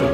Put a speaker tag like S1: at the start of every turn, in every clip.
S1: 准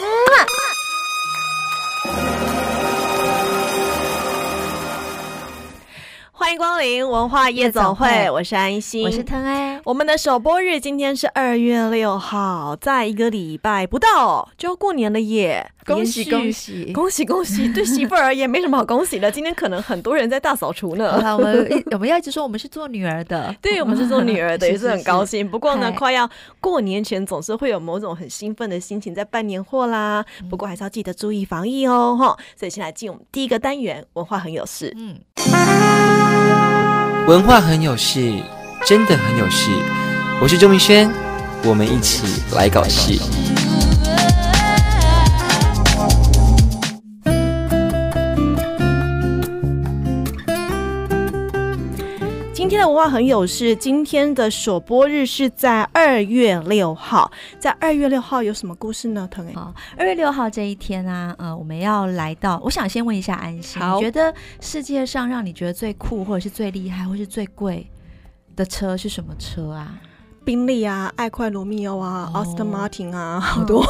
S2: 嗯啊欢迎光临文化夜总
S3: 夜总
S2: 会，
S3: 会
S2: 我是安心，
S3: 我是腾哎，
S2: 我们的首播日今天是二月六号，在一个礼拜不到就要过年了耶！恭喜
S3: 延
S2: 恭
S3: 续
S2: 喜！ 恭喜恭喜！对媳妇儿而言没什么好恭喜的，今天可能很多人在大扫除
S3: 好
S2: 呢。
S3: 了，我们一我们要一直说我们是做女儿的，
S2: 对我们是做女儿的，
S3: 是
S2: 也是很高。
S3: 是
S2: 兴。不过呢，
S3: 嗨
S2: 快要过年前，总是会有某种很兴奋的心情在办年货啦。
S3: 嗯
S2: 不过还是要记得注意防疫哦，哈。所以先来进我们第一个单元，文化很有事。
S3: 嗯，
S4: 文化很有事，真的很有事。我是周明轩，我们一起来搞事。
S2: 今天的文化很有事，今天的首播日是在二月六号。在二月六号有什么故事呢？腾哎，
S3: 好，二月六号这一天啊，呃，我们要来到，我想先问一下安心，
S2: 好
S3: 你觉得世界上让你觉得最酷，或者是最厉害，或是最贵的车是什么车啊？
S2: 宾利啊，爱快罗密欧啊
S3: 哦
S2: ，Austin Martin 啊，好多。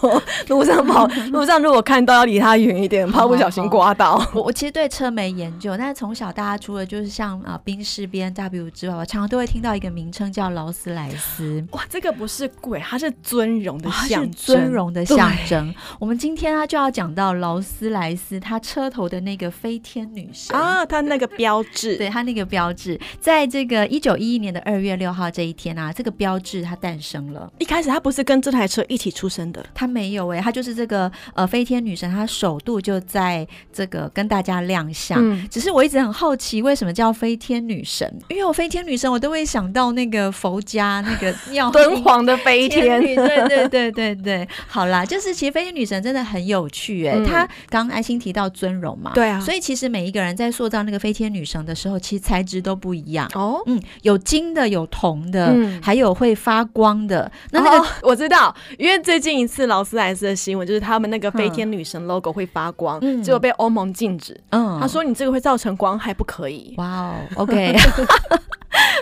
S2: 路上 跑，路上如果看到要离他远一点，怕不小心刮到。
S3: 我我其实对车没研究，但是从小大家除了就是像啊宾士、B N W 之外，我常常都会听到一个名称叫劳斯莱斯。
S2: 哇，这个不是贵，它是尊荣的
S3: 哇哦它
S2: 象
S3: 是
S2: 征，
S3: 尊荣的
S2: 对
S3: 象征。我们今天啊就要讲到劳斯莱斯，它车头的那个飞天女神。
S2: 啊，它那个标志。
S3: 对它那个标志，在这个一九一一年的二月六号这一天啊，这个标志它诞生了。
S2: 一开始它不是跟这台车一起出生的，
S3: 它没有欸诶、它就是这个呃飞天女神，她首度就在这个跟大家亮相。
S2: 嗯
S3: 只是我一直很好奇，为什么叫飞天女神？因为我飞天女神，我都会想到那个佛家那个 妙
S2: 敦
S3: 音
S2: 煌的飞天
S3: 哦女，对对对对对，好啦，就是其实飞天女神真的很有趣哎、
S2: 嗯
S3: 她刚安心提到尊荣嘛，
S2: 对啊
S3: 所以其实每一个人在塑造那个飞天女神的时候，其实材质都不一样。
S2: 哦，
S3: 嗯，有金的，有铜的，
S2: 嗯
S3: 还有会发光的。那那个、
S2: 哦我知道，因为最近一次劳斯莱斯的新闻就是他们那个飞天女神 logo 会发光，
S3: 嗯
S2: 结果被欧盟禁止。
S3: 嗯，
S2: 他说你这个会造成光害，不可以。
S3: 哇哦，OK，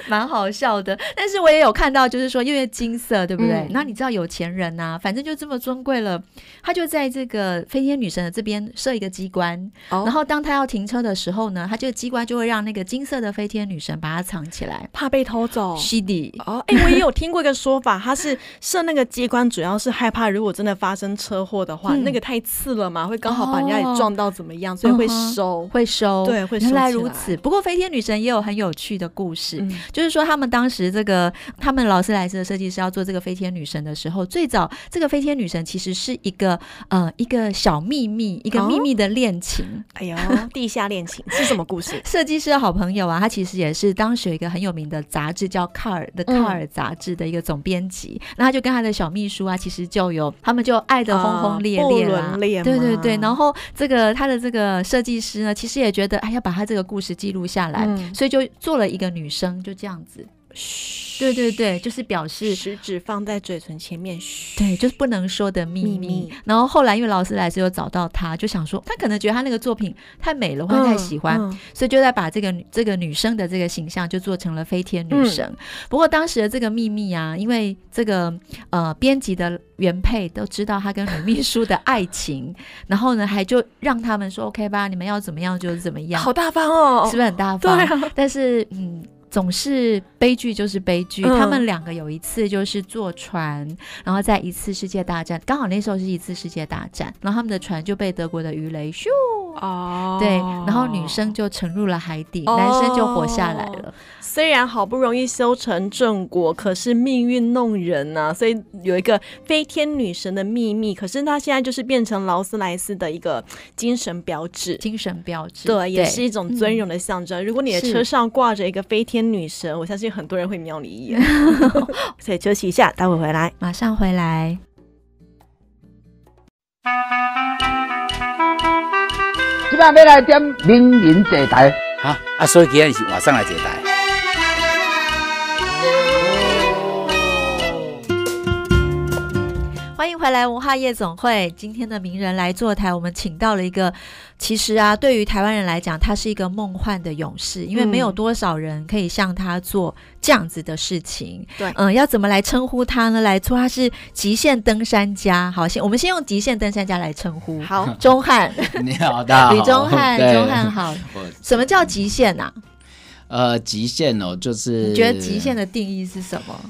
S3: 蛮好笑的。但是我也有看到，就是说，因为金色，对不对
S2: 嗯？
S3: 那、你知道有钱人呐、反正就这么尊贵了，他就在这个飞天女神的这边设一个机关，
S2: 哦
S3: 然后当他要停车的时候呢，他这个机关就会让那个金色的飞天女神把它藏起来。
S2: 怕被偷走。
S3: 西迪，
S2: 哦，哎、我也有听过一个说法，他是设那个机关，主要是害怕如果真的发生车祸的话，
S3: 嗯哦
S2: 那个太刺了嘛，会刚好把人家也撞到怎么样，所以会收。
S3: 会收，
S2: 对会收
S3: 原来
S2: 起
S3: 如
S2: 来
S3: 此。不过飞天女神也有很有趣的故事，
S2: 嗯
S3: 就是说他们当时这个他们劳斯莱斯的设计师要做这个飞天女神的时候，最早这个飞天女神其实是一个呃一个小秘密，一个
S2: 哦
S3: 秘密的恋情。
S2: 哎呦，地下恋情是什么故事？
S3: 设计师的好朋友啊，他其实也是当时有一个很有名的杂志叫《Car》的《
S2: 嗯
S3: Car》杂志的一个总编辑，那他就跟他的小秘书啊，其实就有他们就爱得轰轰烈烈啦，
S2: 啊不伦恋
S3: 对对
S2: 嘛
S3: 对。然后这个他的这个设计师呢，其实也觉得哎要把他这个故事记录下来，
S2: 嗯
S3: 所以就做了一个女生，就这样子。对对对，就是表示
S2: 食指放在嘴唇前面，嘘。
S3: 对，就是不能说的秘密。
S2: 秘密
S3: 然后后来因为劳斯莱斯又找到他，就想说他可能觉得他那个作品太美了，或者太喜欢，
S2: 嗯嗯
S3: 所以就在把这个女这个女生的这个形象就做成了飞天女神。不过当时的这个秘密啊，因为这个呃编辑的原配都知道她跟女秘书的爱情，然后呢还就让他们说 OK 吧，你们要怎么样就是怎么样，
S2: 好大方哦，
S3: 是不是很大
S2: 对
S3: 方？
S2: 啊，
S3: 但是嗯。总是悲剧就是悲剧，
S2: 嗯
S3: 他们两个有一次就是坐船，然后在一次世界大战，刚好那时候是一次世界大战，然后他们的船就被德国的鱼雷咻
S5: 哦
S3: 对，然后女生就沉入了海底，
S2: 哦
S3: 男生就活下来了。
S2: 虽然好不容易修成正果，可是命运弄人呐、所以有一个飞天女神的秘密，可是她现在就是变成劳斯莱斯的一个精神标志。
S3: 精神标志，嗯
S2: 对，也是一种
S6: 嗯
S2: 尊荣的象征。如果你的
S3: 是
S2: 车上挂着一个飞天女神，我相信很多人会瞄你一眼。 所以休息一下，待会回来。
S3: 马上回来。
S7: 即摆要来点名人坐台，
S8: 哈啊，所以今日是晚上来接待。
S3: 欢迎回来文化夜总会。今天的名人来坐台，我们请到了一个，其实啊，对于台湾人来讲，他是一个梦幻的勇士，因为
S2: 嗯
S3: 没有多少人可以像他做这样子的事情。
S2: 对
S3: 嗯，要怎么来称呼他呢？来说他是极限登山家。好，先我们先用极限登山家来称呼。
S2: 好，
S3: 钟汉，
S6: 你好，大家好。
S3: 李钟汉，
S6: 对
S3: 钟汉好。
S6: 我
S3: 什么叫极限啊？
S6: 呃，极限哦，就是
S3: 你觉得极限的定义是什么？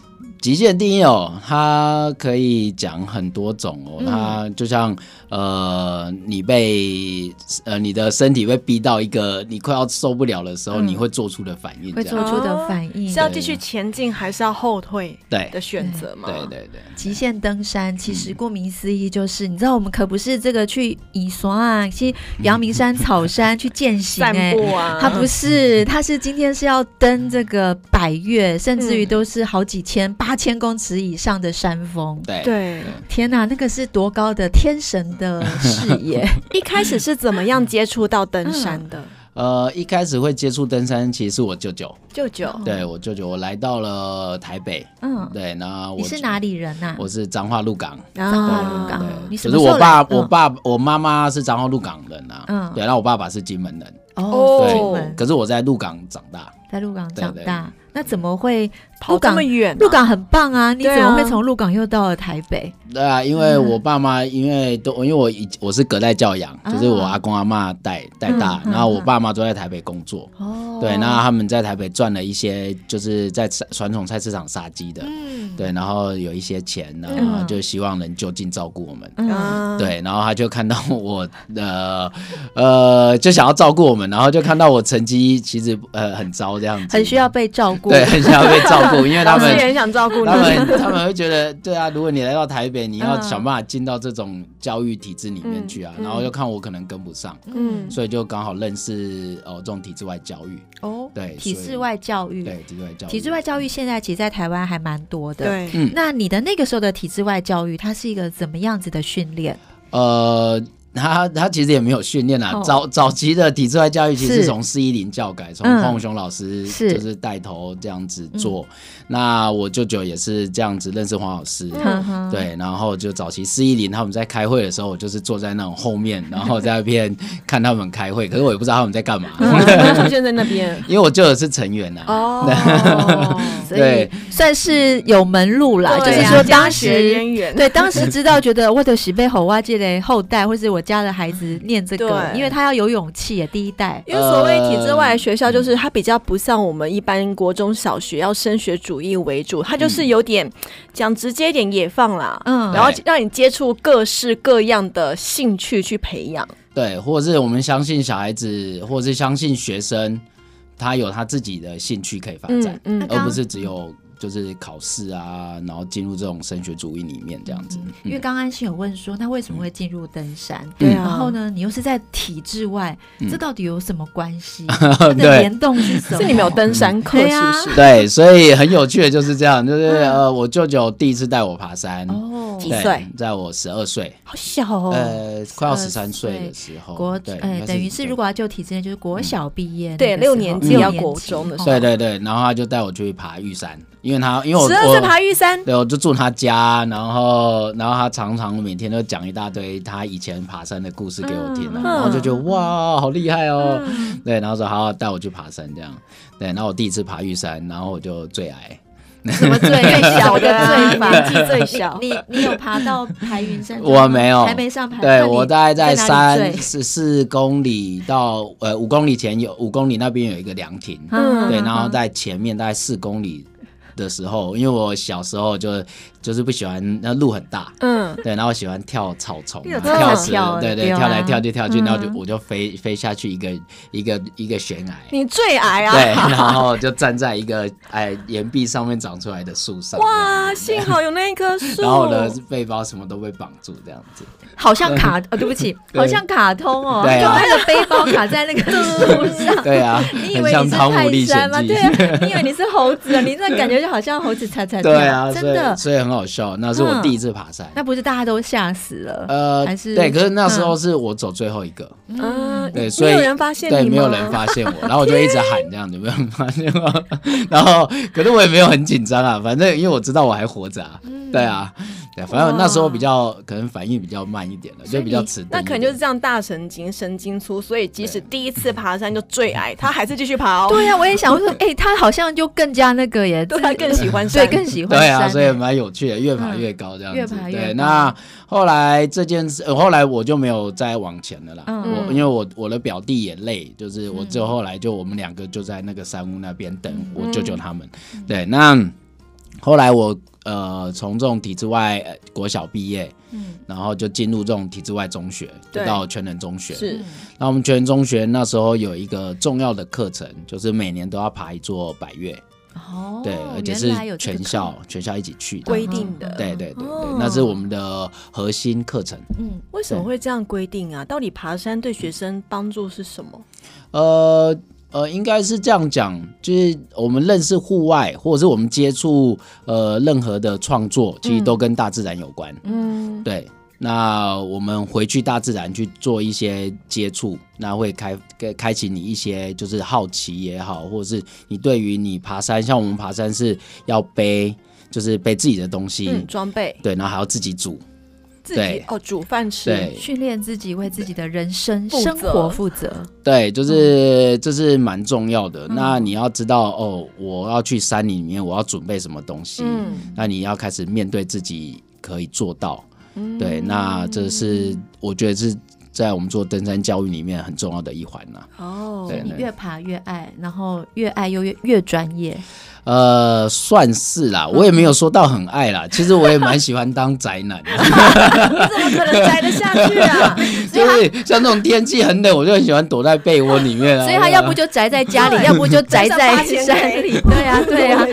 S6: 极限定义哦，它可以讲很多种哦，
S3: 嗯
S6: 它就像呃，你被呃你的身体被逼到一个你快要受不了的时候，
S3: 嗯
S6: 你会做出的反应，
S3: 会
S6: 这
S3: 做
S6: 样
S3: 出的反应
S2: 是。要继续前进还是要后退
S6: 嗯对嗯
S2: 的选择吗？
S6: 对对对，
S3: 极限登山其
S6: 嗯
S3: 实顾名思义就是，你知道我们可不是这个去乙酸啊，去阳明山、草山去践行
S2: 散
S3: 哎、
S2: 步啊，
S3: 它不
S6: 嗯
S3: 是，它是今天是要登这个百越，甚至于
S2: 嗯
S3: 都是好几千、八千公尺以上的山峰。
S6: 对
S2: 对。
S3: 天哪，那个是多高的天神的视 野！
S2: 一开始是怎么样接触到登山的？
S6: 呃，一开始会接触登山，其实是我舅舅，
S2: 舅舅
S6: 对我舅舅，我来到了台北，
S3: 嗯，
S6: 对，那我
S3: 你是哪？里人呐、
S6: 我是彰化鹿港。
S3: 啊？
S6: 对
S3: 港，你，什
S6: 可
S3: 么
S6: 是
S3: 时候
S6: 我爸
S3: 来，
S6: 我爸，我妈妈是彰化鹿港人啊，
S3: 嗯
S6: 对，然后我爸爸是金门人，
S3: 嗯
S2: 哦
S3: 哦，金门
S6: 可是我在鹿港长大，
S3: 在鹿港长
S6: 对
S3: 大，那怎么会
S2: 跑这么远啊、
S3: 鹿港很棒啊，你
S2: 对
S3: 怎
S2: 啊
S3: 么会从鹿港又到了台北？
S6: 对啊，因
S3: 嗯
S6: 为我爸妈因为都因为我以我是隔代教养，
S3: 啊
S6: 就是我阿公阿妈带带大，
S3: 嗯嗯
S6: 然后我爸妈都在台北工作，
S3: 哦
S6: 对，那他们在台北赚了一些，就是在菜传统菜市场杀鸡的，
S3: 嗯
S6: 对，然后有一些钱呢，然后
S3: 嗯
S6: 就希望能就近照顾我们，
S3: 嗯
S2: 啊，
S6: 对，然后他就看到我，呃呃，就想要照顾我们，然后就看到我成绩其实呃很糟这样子，
S3: 很需要被照顾。
S6: 对，很 想要被照顾，因为他
S2: 老师也
S6: 们
S2: 很想照顾
S6: 他
S2: 你。
S6: 们他们会觉得，对啊，如果你来到台北，你要
S3: 嗯
S6: 想办法进到这种教育体制里面去啊，
S2: 嗯嗯
S6: 然后就看我可能跟不上，
S3: 嗯，
S6: 所以就刚好认识哦这种体制外教育，
S3: 哦，
S6: 对
S3: 体
S6: 所以
S3: 制外教育，
S6: 对体制外教育，
S3: 嗯体制外教育现在其实在台湾还蛮多的。。
S2: 对，
S6: 嗯
S3: 那你的那个时候的体制外教育，它是一个怎么样子的训练？
S6: 呃。他他其实也没有训练啊，
S3: 哦
S6: 早早期的体制外教育其实
S3: 是
S6: 是从四一零教改，从
S3: 嗯
S6: 黄宏雄老师
S3: 是嗯
S6: 就是带头这样子做。那我舅舅也是这样子认识黄老师，
S3: 哼嗯哼，
S6: 对，然后就早期四一零他们在开会的时候，我就是坐在那种后 面，然后在那边看他们开会，可是我也不知道他们在干嘛，
S3: 嗯
S2: 会出现在那边
S6: 因为我舅舅是成员啊。
S2: 哦，
S3: 所以算是有门路啦，就
S2: 对
S3: 是
S2: 啊
S3: 说当
S2: 家学
S3: 时。
S2: 渊源，
S3: 对，当时知道觉得我的喜被吼哇，这类后代或是我家的孩子念这个，
S2: 对
S3: 因为他要有勇气耶，第一 代。
S2: 因为所谓体制外的学校，就是它比较不像我们一般国中小学要升学主义为主，它就是有点讲直接一点野放啦，
S3: 嗯
S2: 然后让你接触各式各样的兴趣去培养，
S6: 对，或者是我们相信小孩子，或者是相信学生，他有他自己的兴趣可以发展，
S2: 嗯
S6: 而不是只有就是考试啊，然后进入这种升学主义里面这样子。
S3: 嗯
S6: 嗯
S3: 因为刚刚安心有问说，那为什么会进入登山？
S2: 对啊
S3: 然后呢，你又是在体制外，这到底有什么关 系？它的
S6: 嗯对
S3: 联动是什么？
S2: 是你们有登山课
S3: 对
S2: 是
S3: 啊
S2: 不是？
S6: 对，所以很有趣的就是这样，就是、呃，我舅舅第一次带我爬山，
S3: 哦，
S2: 几
S6: 对
S2: 岁
S6: 在我十二岁，
S2: 好小哦，
S6: 呃，快要十
S3: 12
S6: 三岁的
S3: 岁
S6: 时候，
S3: 国
S6: 对，应
S3: 哎，
S6: 该
S3: 等于是
S6: 对嗯
S3: 如果要就体制内，就是国小毕业那个
S2: 对
S3: 时候，
S2: 六年级
S3: 六
S2: 要
S3: 年
S2: 国
S3: 级
S2: 中的时
S6: 对
S3: 哦
S6: 对对，然后他就带我去爬玉山，因为他因为我
S2: 十二岁爬
S6: 我
S2: 玉山，
S6: 对我就住他家，然后然后他常常每天都讲一大堆他以前爬山的故事给我听啊，
S3: 嗯
S6: 然后就觉得哇好厉害哦，对，然后说好带我去爬山这样，对，然后我第一次爬玉山，然后我就最矮，
S3: 什么最最小
S2: 对
S3: 的
S2: 啊
S3: 最吧，
S2: 年纪最小
S3: 你你你有爬到排云山庄吗？
S6: 我没有，
S3: 还没上排。
S6: 对
S3: 那你
S6: 我大概在
S3: 在哪里
S6: 三
S3: 最
S6: 十四公里到呃五公里前有五公里那边有一个凉亭，
S3: 嗯
S6: 对，然后在前面大概四公里的时候，因为我小时候就就是不喜欢那路很大，
S2: 嗯，
S6: 对，然后我喜欢跳草丛啊、
S3: 你有跳
S6: 跳石，
S3: 跳
S6: 对对，
S3: 对啊
S6: 跳来跳去跳去，
S2: 嗯
S6: 然后就我就飞飞下去一个一个一个悬崖，
S2: 你最矮啊！
S6: 对，然后就站在一个哎岩壁上面长出来的树上，
S2: 哇，幸好有那一棵树。
S6: 然后我的背包什么都被绑住这样子，
S3: 好像卡哦，对不起，
S6: 对
S3: 好像卡通哦，
S6: 对
S3: 就
S6: 啊
S3: 那个背包卡在那个树上。
S6: 对啊，
S3: 你以
S6: 很
S3: 为
S6: 像
S3: 你是
S6: 汤姆
S3: 泰
S6: 历
S3: 山
S6: 险
S3: 吗？
S6: 记
S3: 对。啊，你以为你是猴子啊？你这感觉就好像猴子踩踩 跳，
S6: 对啊，
S3: 真
S6: 所
S3: 的
S6: 以，所以很好笑。那是我
S3: 嗯
S6: 第一次爬山，
S3: 那不是大家都吓死了？
S6: 呃，
S3: 还是嗯
S6: 对，可是那时候是我走最后一个，
S2: 嗯，
S6: 对，所以
S2: 没有人发现你吗
S6: 对，没有人发现我，然后我就一直喊这样子，没有人发现我， 然后可是我也没有很紧张啊，反正因为我知道我还活着啊，
S2: 嗯
S6: 对啊，对，反正那时候比较可能反应比较慢一点了，就比较迟钝一点，
S2: 那可能就是这样，大神经神经粗，所以即使第一次爬山就最矮，他还是继续爬哦。
S3: 对啊，我也想说，哎，他好像就更加那个耶，
S2: 对他更喜欢
S3: 对啊
S2: 山
S3: 更喜欢
S6: 对啊，
S3: 山
S6: 所以
S3: 耶
S6: 蛮有趣的，越爬越高这样子。
S3: 欸嗯越爬越高
S6: 对，那后来这件事、呃后来我就没有再往前了啦。
S3: 嗯
S6: 我因为我我的表弟也累，就是我就后来就我们两个就在那个山屋那边等
S3: 嗯
S6: 我舅舅他们。对，那后来我呃从这种体制外、呃国小毕业，
S3: 嗯
S6: 然后就进入这种体制外中学，就
S2: 对
S6: 到全人中学。
S2: 是
S6: 那我们全人中学那时候有一个重要的课程，就是每年都要爬一座百岳。
S3: 哦，
S6: 对，而且
S3: 原
S6: 是
S3: 来有这个
S6: 全
S3: 课
S6: 校全校一起去的。
S2: 规定的。
S6: 对对对对，
S2: 哦
S6: 那是我们的核心课程。
S3: 嗯，
S2: 为什么会这样规定啊？到底爬山对学生帮助是什么？
S6: 呃呃，应该是这样讲，就是我们认识户外，或者是我们接触呃任何的创
S3: 嗯
S6: 作，其实都跟大自然有关。
S2: 嗯，
S6: 对，那我们回去大自然去做一些接触，那会开开开启你一些就是好奇也好，或者是你对于你爬山，像我们爬山是要背，就是背自己的东西。
S2: 嗯，装备
S6: 对，然后还要自己煮，
S2: 自己
S6: 对
S2: 哦，煮饭吃。
S6: 对
S3: 训练自己为自己的人生
S2: 负责
S3: 生活负责，
S6: 对，就是、
S3: 嗯
S6: 这是蛮重要的。那你要知道哦，我要去山里面，我要准备什么东西？
S2: 嗯
S6: 那你要开始面对自己可以做到。
S3: 嗯
S6: 对，那这是我觉得是在我们做登山教育里面很重要的一环呐、
S2: 哦，
S6: 对
S3: 你越爬越爱，然后越爱又越越专业。
S6: 呃，算是啦，
S3: 嗯
S6: 我也没有说到很爱啦，其实我也蛮喜欢当宅男的，啊
S2: 怎么可能摘得下去啊？
S6: 就是像这种天气很冷，我就很喜欢躲在被窝里面啊。
S3: 所以他要不就宅在家里，要不就宅在山里。对啊，对 啊，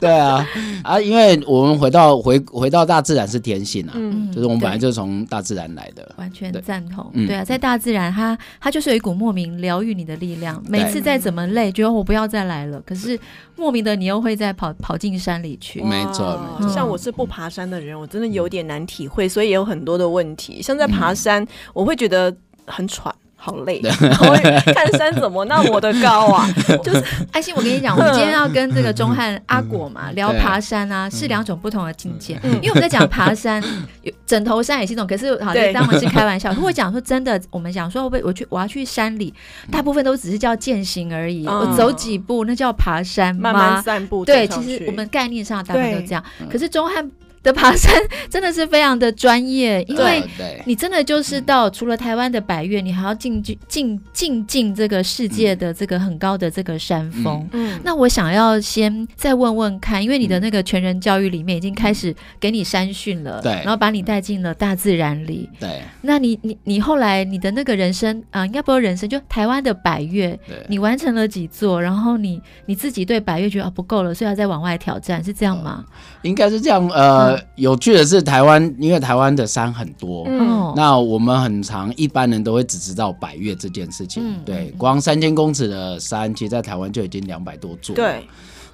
S6: 对啊，啊，因为我们回到回回到大自然是天性啊，
S2: 嗯，
S6: 就是我们本来
S3: 对
S6: 就从大自然来的。
S3: 完全
S6: 对
S3: 赞同。
S6: 嗯
S3: 对啊，在大自然，它它就是有一股莫名疗愈你的力量。每次再怎么累，觉得我不要再来了，可是莫名的你又会再跑跑进山里去。
S6: 没错
S2: 哇
S3: 没错
S2: 嗯像我是不爬山的人，我真的有点难体会，所以也有很多的问题。像在
S6: 嗯
S2: 爬山，我会觉得很喘。好 累，然后看山怎么那么的高啊？就是
S3: 爱心，我跟 你讲，我们今天要跟这个钟汉阿果
S2: 嗯
S3: 嘛聊爬山啊，是两种不同的境界。因为我们在讲爬山，有枕头山也是一种，可是好，
S2: 对
S3: 当然是开玩笑。如果讲说真的，我们讲说会不会我去我要去山里，大部分都只是叫践行而已，
S2: 嗯
S3: 我走几步那叫爬山
S2: 慢
S3: 吗？
S2: 慢散步走
S3: 对，
S2: 上去。嗯
S3: 其实我们概念上大部分都这样。
S6: 对
S3: 可是钟汉的爬山真的是非常的专业，因为
S6: 对对
S3: 你真的就是到除了台湾的百越，你还要进进进进进这个世界
S6: 嗯
S3: 的这个很高的这个山峰。
S2: 嗯，
S3: 那我想要先再问问看，因为你的那个全人教育里面已经开始给你山训了，
S6: 对
S3: 然后把你带进了大自然里。
S6: 对
S3: 那你你你后来你的那个人生啊、应该不是人生，就台湾的百越，
S6: 对，
S3: 你完成了几座，然后你你自己对百越觉得啊不够了，所以要再往外挑战，是这样吗？
S6: 应该是这样。呃，
S3: 嗯
S6: 有趣的是台湾，因为台湾的山很多。
S2: 嗯
S3: 哦，
S6: 那我们很常一般人都会只知道百越这件事情，
S3: 嗯
S6: 对
S3: 嗯，
S6: 光三千公尺的山，其实在台湾就已经两百多座，，
S2: 对，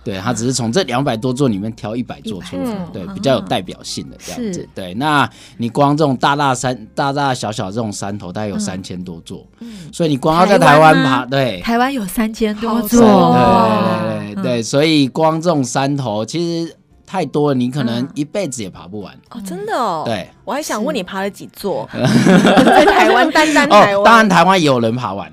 S6: 对，他只是从这两百多座里面挑一百座出
S3: 100
S6: 来
S3: 座，
S6: 对
S3: 嗯，
S6: 比较有代表性的这样子
S3: 是。
S6: 对，那你光这种大大山、大大小小这种山头，大概有
S3: 嗯
S6: 三千多座，
S3: 嗯
S6: 所以你光要在
S3: 台
S6: 台
S3: 湾
S6: 湾
S3: 吗
S6: 爬，对。
S3: 台湾有三千多
S2: 好哦
S3: 座，
S6: 对对对
S3: 哦嗯
S6: 对对，所以光这种山头其实太多了，你可
S3: 嗯
S6: 能一辈子也爬不完。
S2: 哦，真的哦。，
S6: 对
S2: 我还想
S3: 是
S2: 问你爬了几座？ 在台湾，单单台
S6: 哦，当然
S2: 湾，
S6: 台湾也有人爬完，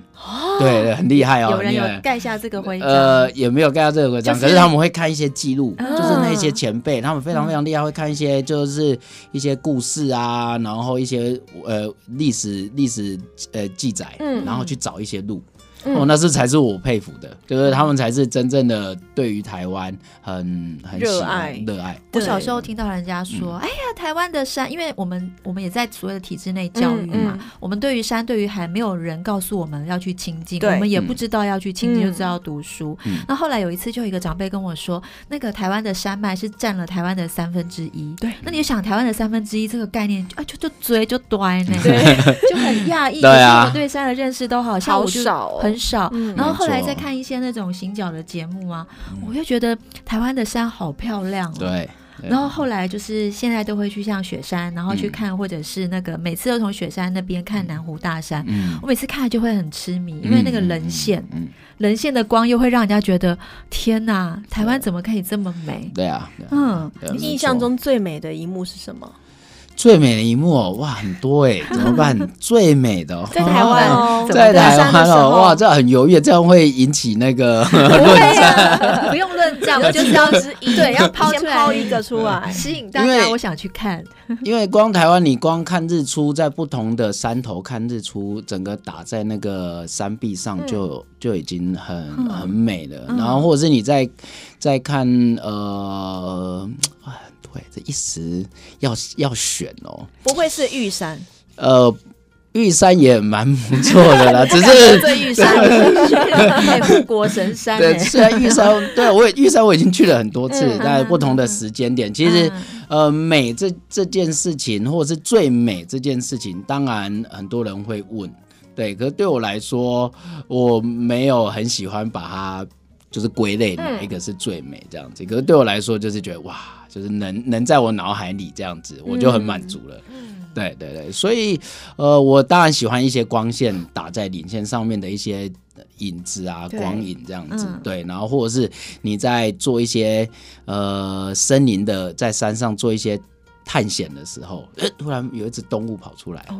S6: 对，对很厉害哦，
S3: 有
S6: 很
S3: 人
S6: 厉
S3: 有
S6: 害。
S3: 盖下这个徽章，
S6: 呃，也没有盖到这个规章，
S3: 就是
S6: 可是他们会看一些记录，
S3: 啊
S6: 就是那一些前辈，他们非常非常厉害，会看一些就是一些故事啊，然后一些呃历史历史呃记载，
S2: 嗯
S6: 然后去找一些路。哦，那是才是我佩服的，就是他们才是真正的对于台湾很很喜欢
S2: 热爱
S6: 热爱。
S3: 我小时候听到人家说：“哎呀，台湾的山，因为我们我们也在所谓的体制内教育
S2: 嗯
S3: 嘛，
S2: 嗯
S3: 我们对于山，对于海，没有人告诉我们要去亲近，
S2: 对
S3: 我们也不知道要去亲
S2: 嗯
S3: 近，就知道读书。
S6: 嗯
S3: 那后来有一次，就有一个长辈跟我说，那个台湾的山脉是占了台湾的三分之一。
S2: 对
S3: 那你就想台湾的三分之一这个概念，啊，就就追就端呢， 就很讶异。
S6: 对啊
S3: 可是我对山的认识都好像
S2: 好
S3: 我就
S2: 少哦
S3: 很少。
S2: 嗯
S3: 然后后来
S6: 没错
S3: 再看一些那种行脚的节目啊，我就觉得台湾的山好漂亮、哦。。
S6: 对，对嗯
S3: 然后后来就是现在都会去像雪山，然后去看，或者是那个每次都从雪山那边看南湖大山。
S6: 嗯，
S3: 我每次看了就会很痴迷，因为那个
S6: 嗯
S3: 人线，，
S6: 嗯嗯，
S3: 人线的光又会让人家觉得天哪，台湾怎么可以这么美
S6: 嗯？对啊，对啊
S3: 嗯，
S6: 对啊
S2: 你
S6: 没
S2: 印象
S6: 错
S2: 中最美的一幕是什么？
S6: 最美的一幕哦，哇，很多哎，怎么办？最美的哦
S2: 在台湾哦，
S6: 在台
S2: 登山的
S6: 湾
S2: 时
S6: 哦，
S2: 候
S6: 哇，这很犹豫，这样会引起那 个
S3: 不会啊，不用论战，我就是要之一， 对，要抛
S2: 先
S3: 出
S2: 抛
S3: 来
S2: 一个出来，
S3: 吸引大
S6: 因为
S3: 家，我想去 看。
S6: 因为光台湾，你光看日出，在不同的山头看日出，整个打在那个山壁
S2: 嗯
S6: 上就，就、已经很、很美了。然后或者是你在在看呃，哎对，这一时要要选哦，
S2: 不会是玉山，
S6: 呃。玉山也蛮不错的啦，只是
S3: 对玉山， 对护国神山欸，
S6: 对，虽然玉山，对我也玉山我已经去了很多次，在不同的时间点。其实，呃，美这这件事情，或者是最美这件事情，当然很多人会问，对。可是对我来说，我没有很喜欢把它就是归类哪一个是最美这样子。可是对我来说，就是觉得哇，就是能能在我脑海里这样子，我就很满足了。对对对，所以呃，我当然喜欢一些光线打在领线上面的一些呃影子啊、
S2: 对
S6: 光影这样子，
S3: 嗯
S6: 对，然后或者是你在做一些呃森林的，在山上做一些探险的时候，呃突然有一只动物跑出来，
S3: 哦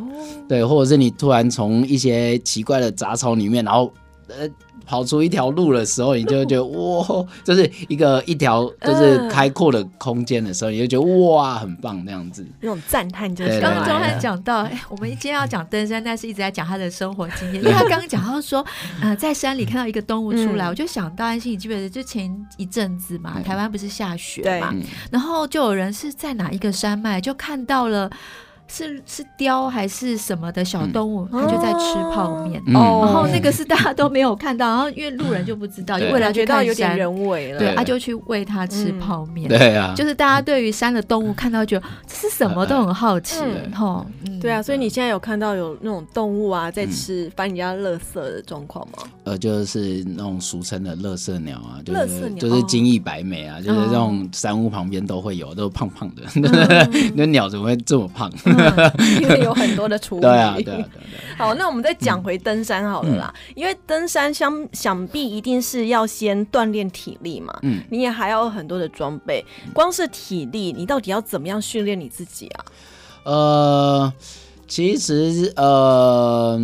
S6: 对，或者是你突然从一些奇怪的杂草里面，然后呃。跑出一条路的时候，你就会觉 得哇，就是一个一条就是
S2: 嗯
S6: 开阔的空间的时候，你就觉得哇，很棒这样子。
S2: 那种赞叹就是
S6: 对
S3: 刚
S6: 对
S3: 刚
S6: 对
S3: 钟
S6: 对
S3: 汉讲到，哎，我们今天要讲登山，但是一直在讲他的生活经验。因为他刚刚讲到说，呃，在山里看到一个动物出来，
S2: 嗯
S3: 我就想到安哎心，你记不记得就前一阵子嘛，台湾不是下雪
S2: 对
S3: 嘛
S6: 嗯，
S3: 然后就有人是在哪一个山脉就看到了。是是雕还是什么的小动物，他就在吃泡面，
S6: 嗯
S2: 嗯
S3: 然
S2: 哦
S3: 后那个是大家都没有看到，然后因为路人就不知道，就
S6: 对
S3: 为了
S2: 感
S3: 去
S2: 觉到
S3: 看
S2: 有点
S3: 山，
S2: 人为了，
S3: 对，
S6: 对
S3: 他就去喂它吃
S2: 嗯
S3: 泡面，
S6: 对啊，
S3: 就是大家对于山的动物看到觉得这是什么都很好奇
S2: 嗯，
S3: 吼、嗯
S2: 对啊，，所以你现在有看到有那种动物啊在
S6: 嗯
S2: 吃翻人家垃圾的状况吗？
S6: 呃，就是那种俗称的乐色鸟啊，就
S2: 垃圾
S6: 是
S2: 鸟
S6: 就是
S2: 哦
S6: 金翼白眉啊，就是这种山屋旁边都会有，都胖胖的，
S2: 嗯
S6: 那鸟怎么会这么胖？
S2: 因为有很多的厨余。
S6: 嗯对啊，对啊，对啊，对啊
S2: 好，那我们再讲回登山好了啦，
S6: 嗯
S2: 因为登山想想必一定是要先锻炼体力嘛，
S6: 嗯
S2: 你也还要有很多的装备，光是体力，你到底要怎么样训练你自己啊？
S6: 呃，其实呃，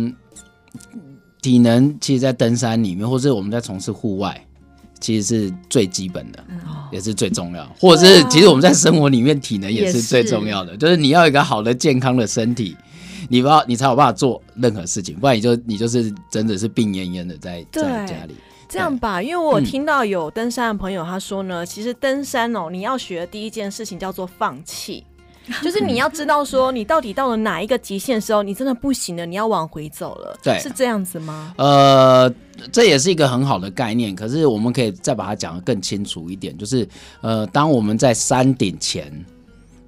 S6: 体能其实，在登山里面，或者我们在从事户外，其实是最基本的，
S2: 哦
S6: 也是最重要。或者是，其实我们在生活里面，体能也是最重要的，就是你要有一个好的、健康的身体。你不要，你才有办法做任何事情，不然你就你就是真的是病恹恹的在在
S2: 对
S6: 家里。
S2: 这样吧，因为我
S6: 嗯
S2: 听到有登山的朋友他说呢，其实登山哦，你要学的第一件事情叫做放 弃。就是你要知道，说你到底到了哪一个极限的时候，你真的不行了，你要往回走了，
S6: 对
S2: 是这样子吗？
S6: 呃，这也是一个很好的概念，可是我们可以再把它讲得更清楚一点，就是呃，当我们在山顶前，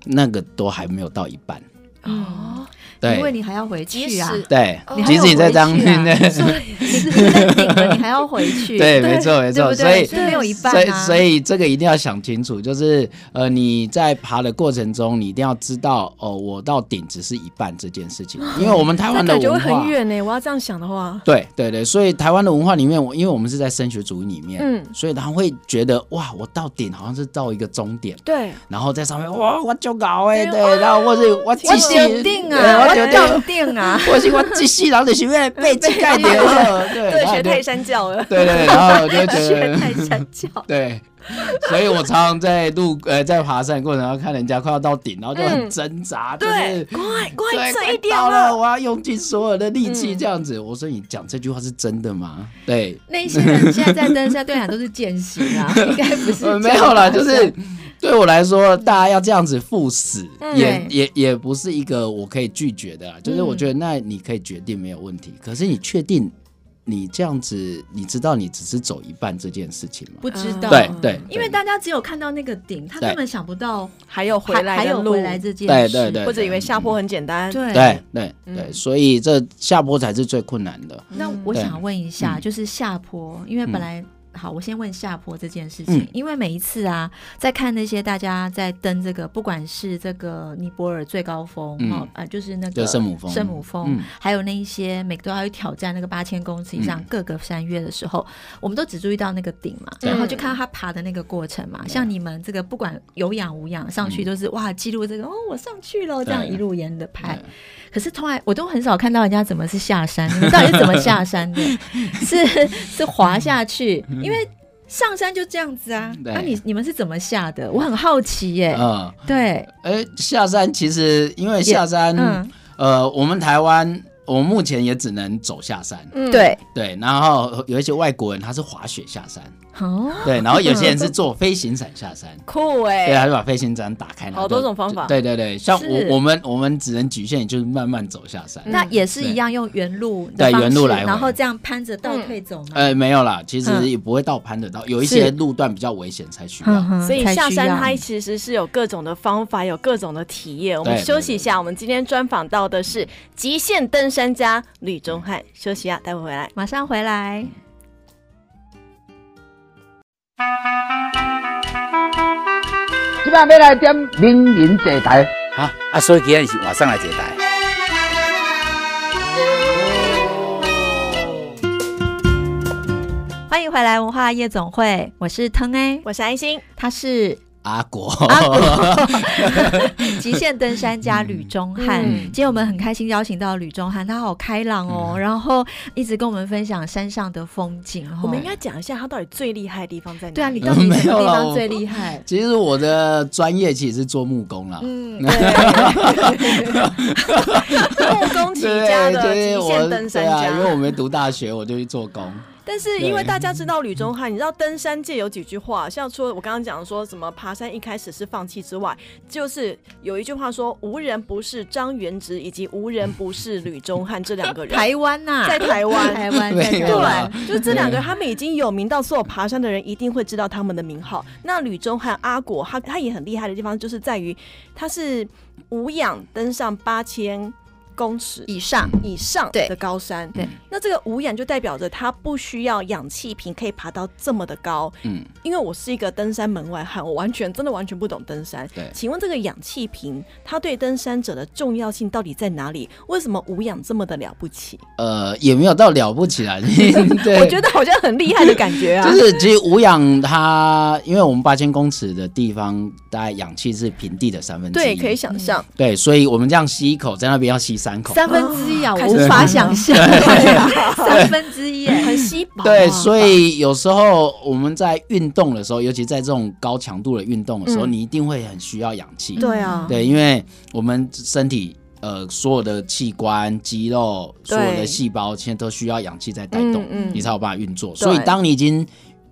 S6: 那个都还没有到一半，
S3: 嗯，因为
S6: 对
S3: 你还要回去
S2: 即
S3: 啊，
S2: 使
S6: 对
S3: 你，还
S6: 即
S3: 要
S6: 使哦你在
S3: 回
S6: 当
S3: 去啊
S6: 面对
S3: 你是在顶了，你还要回去，
S6: 对，没错没
S3: 对
S6: 错，
S3: 不
S6: 所
S3: 对？
S6: 以
S3: 所以没有一半
S6: 所以，
S3: 啊，
S6: 所以这个一定要想清楚，就是呃，你在爬的过程中，你一定要知道哦，我到顶只是一半这件事情，因为我们台
S2: 那
S6: 湾的
S2: 感觉会
S6: 文化
S2: 很，远呢、我要这样想的话，
S6: 对对对，所以台湾的文化里面，我因为我们是在升学主义里面，
S2: 嗯
S6: 所以他会觉得哇，我到顶好像是到一个终点，
S2: 对，
S6: 欸然后在上面哇，我就搞哎，对，然后或是我
S2: 哦我
S6: 极
S2: 决
S6: 限
S2: 定啊
S6: 对我
S3: 我
S2: 决
S3: 认定啊，
S6: 我是我这世人就是为了 被乞丐的，对
S2: 对，
S6: 然后
S2: 学
S6: 就
S2: 泰山教了，
S6: 对对，然后我就觉
S2: 学
S6: 得
S2: 泰山教。
S6: 对，所以我常常在路呃在爬山的过程中看人家快要到顶，然后就很
S2: 嗯
S6: 挣扎，就
S2: 对
S6: 是，
S2: 快
S6: 对
S2: 快这一点
S6: 到
S2: 了
S6: 了，，我要用尽所有的力气
S2: 嗯
S6: 这样子。我说你讲这句话是真的吗？对，
S3: 那些人现在在登山队喊都是践行啊，应该不是
S6: 呃，没
S3: 这样
S6: 有啦，
S3: 吧
S6: 就是 对我来说，大家要这样子赴死，
S2: 嗯
S6: 也
S3: 对
S6: 也也不是一个我可以拒绝的啦。啊就是我觉得那你可以决定没有问题，可是你确定你这样子，你知道你只是走一半这件事情吗？
S3: 不知道，嗯
S6: 对对，
S3: 因为
S6: 对
S3: 大家只有看到那个顶，他
S6: 对
S3: 根本想不到
S2: 还有回来
S3: 还还
S2: 的
S3: 有
S2: 路，
S3: 回来这件
S6: 对
S3: 事，
S6: 对对，
S2: 或者以为下坡很简单，
S3: 对
S6: 嗯对对对，
S2: 嗯
S6: 所以这下坡才是最困难的。
S3: 那我
S6: 对
S3: 想问一下，就是下坡，因为本
S6: 嗯
S3: 来、好，我先问下坡这件事情，
S6: 嗯
S3: 因为每一次啊，在看那些大家在登这个，不管是这个尼泊尔最高峰，
S6: 嗯
S3: 哦，呃，就是那
S6: 就
S3: 个
S6: 圣母峰
S3: 圣母峰，
S6: 嗯
S3: 还有那一些每个都要去挑战那个八千公尺以上
S6: 嗯
S3: 各个山岳的时候，我们都只注意到那个顶嘛，
S6: 对
S3: 然后就看到他爬的那个过程嘛。像你们这个不管有氧无氧上去，
S6: 嗯
S3: 都是、哇记录这个哦，我上去了，这样
S6: 对
S3: 一路沿着拍
S6: 对。
S3: 可是从来我都很少看到人家怎么是下 山，你们到底是怎么下山的？ 是是滑下去，因为上山就这样子啊。
S6: 嗯对
S3: 那、你你们是怎么下的？我很好奇耶、
S6: 嗯，
S3: 对，
S6: 哎，下山其实因为下山
S3: 嗯，，
S6: 呃，我们台湾。我们目前也只能走下山，
S2: 嗯，
S3: 对，
S6: 对，然后有一些外国人他是滑雪下山，
S3: 哦，
S6: 对，然后有些人是坐飞行伞下 山，
S2: 酷
S6: 对，啊
S2: 哎，
S6: 他就把飞行伞打开，然后
S2: 好多
S6: 就
S2: 种方法
S6: 对对对，像
S3: 是
S6: 我我们我们只能局限于就是慢慢走下山。
S3: 那也是一样用原路的
S6: 嗯对
S3: 方式
S6: 原路来回
S3: 然后这样攀着倒退走嘛。
S6: 呃，没有啦，其实
S3: 嗯
S6: 也不会到攀得到，有一些
S3: 是
S6: 路段比较危险才需
S3: 嗯
S6: 要。
S3: 哼
S2: 所以下山
S3: 才
S2: 它
S3: 需要
S2: 其实是有各种的方法，有各种的体验。我们
S6: 对
S2: 休息一下，我们今天专访到的是极限登山家吕忠汉，休息一下，啊待会回来。
S3: 马上回来。
S7: 即摆要来点名人坐台，
S8: 啊啊，所以今天是晚上来解答。
S3: 欢迎回来文化夜总会，我是腾 A，
S2: 我是安心，
S3: 他是
S6: 阿国，
S3: 阿古，
S6: 哦
S3: 极限登山家吕中汉。
S2: 嗯
S3: 今天我们很开心邀请到吕中汉，他好开朗
S6: 嗯
S3: 哦，然后一直跟我们分享山上的风景哦。
S2: 我们应该讲一下他到底最厉害的地方在哪里？
S3: 对啊，你到底什么地
S6: 嗯没有啦我？
S3: 方最厉害
S6: 其实我的专业其实是做木工啦。
S3: 嗯，
S2: 木工起家
S6: 啊对，
S2: 的
S6: 就是
S2: 极
S6: 我
S2: 限登
S6: 对
S2: 山
S6: 啊，因为我
S2: 家。
S6: 没读大学，我就去做工。
S3: 嗯
S2: 但是嗯因为大家知道吕中汉，你知道登山界有几句话，像说我刚刚讲说什么爬山一开始是放弃之外，就是有一句话说无人不是张元直以及无人不是吕中汉这两个人。
S3: 台湾 呐，
S2: 在台湾
S3: 台湾，在
S6: 没
S3: 台
S6: 有啦
S3: 湾。
S2: 对，就这两个人，他们已经有名到所有爬山的人一定会知道他们的名号。那吕中和阿果，他他也很厉害的地方就是在于，他是无氧登上八千公尺
S3: 以上
S2: 以上
S3: 对
S2: 的高山。
S3: 对，
S2: 那这个无氧就代表着他不需要氧气瓶可以爬到这么的高。
S6: 嗯，
S2: 因为我是一个登山门外汉，我完全真的完全不懂登山。
S6: 对
S2: 请问这个氧气瓶，它对登山者的重要性到底在哪里？为什么无氧这么的了不起？
S6: 呃，也没有到了不起来。 对
S2: 我觉得好像很厉害的感觉 啊。
S6: 就是其实无氧它，因为我们八千公尺的地方，大概氧气是平地的三分之一，
S2: 对，可以想象，
S6: 对，所以我们这样吸一口，在那边要吸三口。
S3: 三分之一啊，我
S2: 开始
S3: 无
S2: 翻
S3: 法
S2: 了
S3: 想象， 三分之一耶，
S2: 很稀薄啊。
S6: 对，所以有时候我们在运动的时候，尤其在这种高强度的运动的时候，
S2: 嗯
S6: 你一定会很需要氧气。
S2: 对啊，
S6: 对，因为我们身体呃所有的器官、肌肉、所有的
S2: 对
S6: 细胞，现在都需要氧气在带动，
S2: 嗯
S6: 你
S2: 嗯
S6: 才有办法运作。
S2: 对
S6: 所以当你已经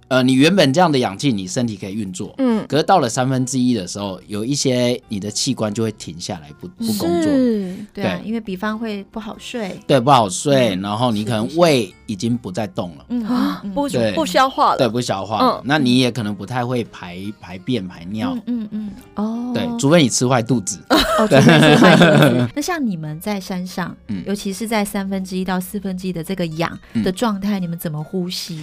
S6: 呃你原本这样的氧气，你身体可以运作，
S2: 嗯，
S6: 可是到了三分之一的时候，有一些你的器官就会停下来不不工作。
S2: 是，
S3: 对啊，
S6: 对
S3: 因为比方会不好睡，
S6: 对，不好睡，
S2: 嗯
S6: 然后你可能胃已经不再动了，
S3: 嗯
S2: 啊，
S3: 嗯
S2: 不
S6: 对
S2: 不消化
S6: 对，
S2: 了，
S6: 不消化了，
S2: 嗯
S6: 那你也可能不太会排排便排尿，
S3: 嗯嗯嗯，哦，
S6: 对，除非你吃坏肚
S2: 嗯
S6: 子。
S3: 哦，真 的是坏肚子那像你们在山上，
S6: 嗯
S3: 尤其是在三分之一到四分之一的这个氧的状态，你们怎么 呼吸？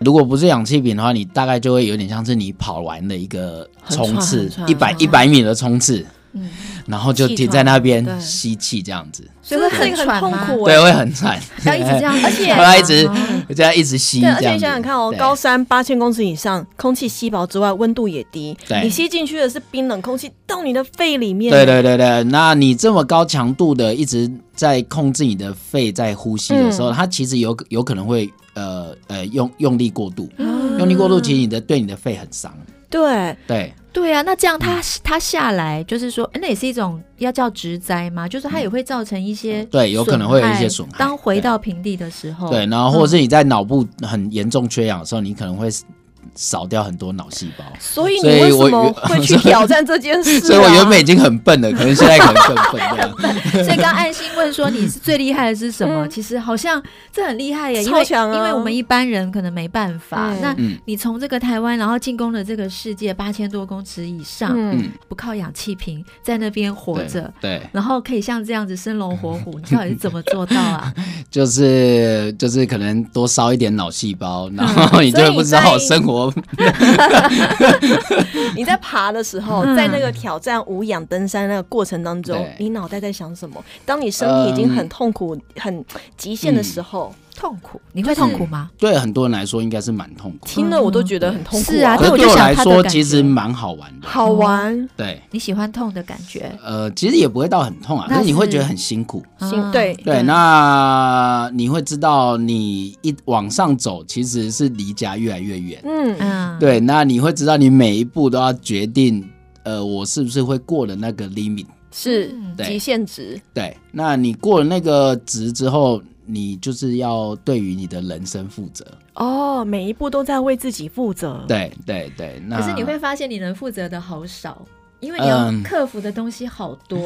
S6: 如果不是氧气瓶的话，你大概就会有点像是你跑完的一个冲刺
S2: 很喘很，喘
S6: 一百一百米的冲刺，
S3: 嗯，
S6: 然后就
S5: 气
S6: 停
S5: 喘
S6: 在那边
S5: 对
S6: 吸气这样子，
S3: 所以会
S2: 这是一
S3: 很
S2: 个
S3: 喘
S2: 痛
S3: 吗？
S2: 苦
S6: 对，会很惨，
S3: 要一直这样子
S2: 而且
S3: 喘吗，
S6: 我要一直我就要一直吸这
S2: 啊对，
S6: 样子。
S2: 而且你想想看哦，
S6: 对
S2: 高山八千公尺以上，空气稀薄之外，温度也低
S6: 对，
S2: 你吸进去的是冰冷空气，到你的肺里面。
S6: 对对对对，那你这么高强度的一直在控制你的肺在呼吸的
S2: 嗯
S6: 时候，它其实有有可能会呃呃用用力过度，
S3: 嗯
S2: 啊，
S6: 用力过度其实你的对你的肺很伤。
S2: 对，
S6: 对，
S3: 对啊，那这
S6: 嗯
S3: 样它它下来就是说，诶那也是一种要叫植栽吗？就是它也会造成一些
S6: 嗯对有可能会有一些损害
S3: 当回
S6: 对
S3: 到平地的时
S2: 哦
S3: 候，
S6: 对，然后或者是你在脑部很严重缺氧的时候，你可能会少掉很多脑细胞。
S2: 所以你
S6: 所以
S2: 为
S6: 我
S2: 什么会去挑战这件事、啊？
S6: 所以我原本已经很笨了，可能现在可能更笨这 样。
S3: 所以刚安心问说你是最厉害的是什么？其实好像这很厉害耶，因为
S2: 超强啊
S3: 因为我们一般人可能没办法。
S2: 嗯
S3: 那
S6: 嗯
S3: 你从这个台湾，然后进攻了这个世界八千多公尺以上，
S2: 嗯，
S3: 不靠氧气瓶在那边活着。
S6: 对，对
S3: 然后可以像这样子生龙活 虎，你到底是怎么做到啊？
S6: 就是就是可能多烧一点脑细
S3: 嗯
S6: 胞，然后你就
S2: 所
S6: 会
S2: 以
S6: 不知道
S2: 在
S6: 生活
S2: 你在爬的时候，
S3: 嗯
S2: 在那个挑战无氧登山那个过程当中
S6: 对，
S2: 你脑袋在想什么？当你身体已经很痛苦、很极限
S6: 嗯
S2: 的时候，
S3: 痛苦，你会痛苦吗？
S6: 对很多人来说应该是蛮痛苦的。
S2: 听了我都觉得很痛苦、啊。
S3: 是啊
S6: 可
S3: 那
S6: 是
S3: 我就
S6: 对我
S3: 想
S6: 来
S3: 他的
S6: 说，
S3: 感
S6: 其
S3: 觉
S6: 实蛮好玩的。
S2: 好玩，
S6: 对，
S3: 你喜欢痛的感觉？
S6: 呃，其实也不会到很痛啊，
S3: 那
S6: 但是你会
S3: 是
S6: 觉得很辛苦。
S2: 行
S3: 啊
S2: 对
S6: 对，那你会知道，你一往上走，其实是离家越来越远。
S2: 嗯，
S3: 嗯，
S6: 对，那你会知道，你每一步都要决定，呃，我是不是会过了那个 limit。
S2: 是
S6: 对
S2: 极限值。
S6: 对，那你过了那个值之后，你就是要对于你的人生负责。
S2: 哦，每一步都在为自己负责。
S6: 对对对，那
S3: 可是你会发现你能负责的好少，因为你要
S6: 啊嗯
S3: 克服的东西好多，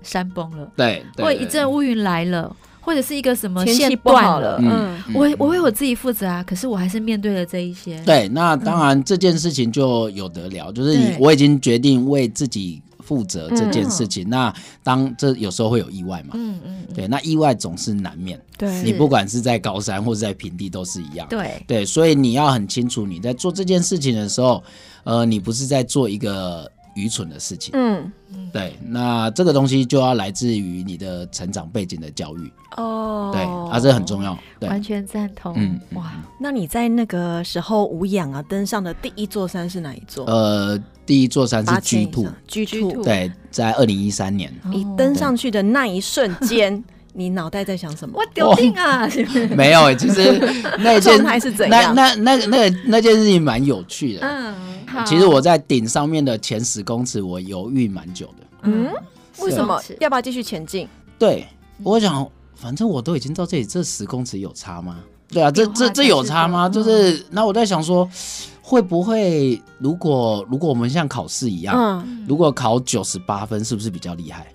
S3: 山崩了。
S6: 对对
S3: 或
S6: 对
S3: 一阵嗯乌云来了，或者是一个什么
S2: 天气
S3: 线
S2: 不好
S3: 断
S2: 了，
S6: 嗯
S2: 嗯，
S3: 我我为我自己负责啊，可是我还是面对了这一些。，
S6: 对，那当然这件事情就有得聊，就是你
S3: 对
S6: 我已经决定为自己负责这件事情。那当这有时候会有意外嘛，
S3: 嗯嗯，嗯
S6: 对，那意外总是难免，
S2: 对
S6: 你不管是在高山或是在平地都是一样。
S3: 对，
S6: 对，所以你要很清楚你在做这件事情的时候，呃，你不是在做一个愚蠢的事情。
S2: 嗯，
S6: 对，那这个东西就要来自于你的成长背景的教育，
S2: 哦，
S6: 对，啊，这很重要。对，
S3: 完全赞同。
S6: 嗯嗯
S3: 哇，
S2: 那你在那个时候无氧啊登上的第一座山是哪一座？
S6: 呃，第一座山是
S2: 八
S6: G
S2: 千
S6: two，
S2: ，G two。
S6: 对，在二零一三年。
S2: 你
S3: 哦
S2: 登上去的那一瞬间，你脑袋在想什么
S3: 我？丢定啊！是不是
S6: 没有欸，其实 那件
S2: 状态是怎
S6: 那
S2: 样
S6: 那那个那个那件事情蛮有趣的。
S3: 嗯，好
S6: 其实我在顶上面的前十公尺，我犹豫蛮久的。
S2: 嗯，为什么
S3: 是
S2: 要不要继续前进？
S6: 对，我想，反正我都已经到这里，这十公尺有差吗？对啊，这
S3: 变化
S6: 这这有差吗？
S2: 嗯
S3: 太
S6: 就
S3: 适度
S6: 是，那我在想说，会不会如果如果我们像考试一样，
S2: 嗯，
S6: 如果考九十八分，是不是比较厉害？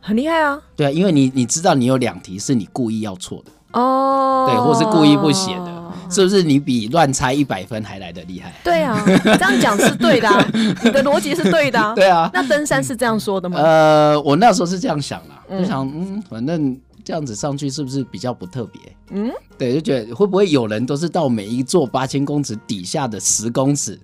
S2: 很厉害啊。
S6: 对啊，因为你你知道你有两题是你故意要错的，
S2: 哦，
S6: 对，或是故意不写的，是不是你比乱猜一百分还来得厉害？
S2: 对啊，这样讲是对的、啊，你的逻辑是对的、啊。
S6: 对啊，
S2: 那登山是这样说的吗？
S6: 呃，我那时候是这样想啦，就想嗯，反正这样子上去是不是比较不特别？
S2: 嗯
S6: 嗯，对，就觉得会不会有人都是到每一座八千公尺底下的十公尺，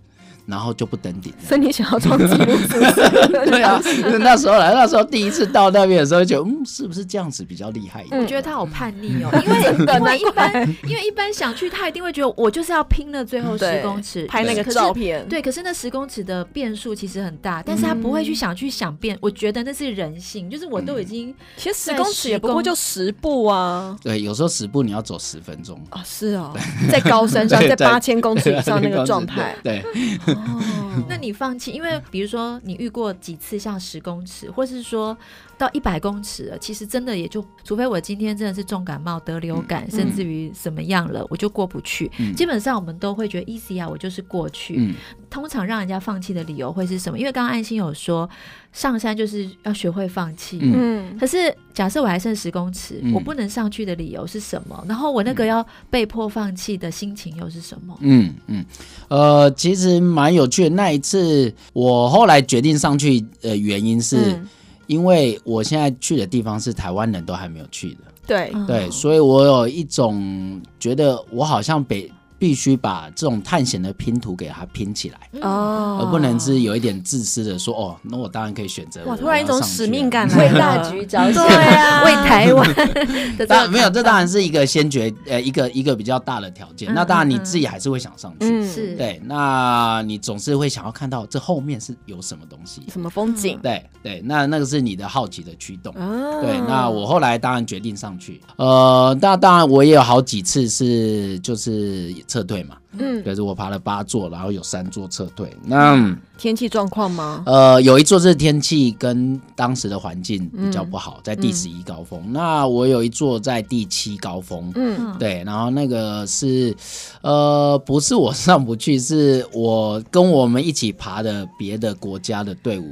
S6: 然后就不登顶？
S2: 所以你想要创纪录是不是？
S6: 对啊，就是那时候来，那时候第一次到那边的时候，就觉得嗯，是不是这样子比较厉害一点？
S3: 我觉得他好叛逆 哦，因为因为一般因为一般想去，他一定会觉得我就是要拼了最后十
S2: 对
S3: 公尺，
S2: 拍那个
S3: 可是
S2: 照片，嗯
S3: 对，可是那十公尺的变数其实很大，但是他不会去想去想变，我觉得那是人性，就是我都已经
S2: 其实十公尺也不过就十步啊。
S6: 对，有时候十步你要走十分 钟，
S2: 啊，是哦，在高山上，
S6: 对
S2: 在
S6: 对
S2: 八千公尺以上那个状态，
S6: 对，
S3: 那你放弃，因为比如说你遇过几次像十公尺，或是说到一百公尺了，其实真的也就，除非我今天真的是重感冒、得流
S6: 嗯
S3: 感，甚至于怎么样了，我就过不去。基本上我们都会觉得 easy 啊，我就是过去。
S6: 嗯
S3: 通常让人家放弃的理由会是什么？因为刚刚安心有说，上山就是要学会放弃。
S6: 嗯
S2: 嗯，
S3: 可是假设我还剩十公尺，
S6: 嗯
S3: 我不能上去的理由是什么？然后我那个要被迫放弃的心情又是什么？
S6: 嗯嗯，呃，其实蛮有趣的。那一次我后来决定上去，呃，原因是。
S2: 嗯
S6: 因为我现在去的地方是台湾人
S2: 哦
S6: 都还没有去的，
S2: 对，
S3: 嗯
S6: 对，所以我有一种觉得我好像北必须把这种探险的拼图给它拼起来，
S2: 哦
S6: 而不能是有一点自私的说哦，那我当然可以选择我
S2: 哇，突然一种
S6: 要上去啊
S2: 使命感啊 来
S3: 为
S2: 了，
S3: 大局着想，
S2: 对啊
S3: 为台湾的这
S6: 当
S3: 个
S6: 然没有，这当然是一个先决，呃，一个一个比较大的条件。
S3: 嗯
S6: 那当然
S3: 嗯
S6: 你
S3: 嗯
S6: 自己还是会想上去，
S2: 嗯
S3: 是
S6: 对。那你总是会想要看到这后面是有什么东西，
S2: 什么风景？
S6: 对对。那那个是你的好奇的驱动。
S2: 啊
S6: 对，
S3: 哦
S6: 那我后来当然决定上去，呃，那当然我也有好几次是就是撤退嘛，
S2: 嗯
S6: 就是我爬了八座，然后有三座撤退。那、
S2: 天气状况吗？
S6: 呃，有一座是天气跟当时的环境比
S3: 嗯
S6: 较不好，在第十一高峰。那我有一座在第七高峰，
S2: 嗯
S6: 对，然后那个是，呃，不是我上不去，是我跟我们一起爬的别的国家的队伍，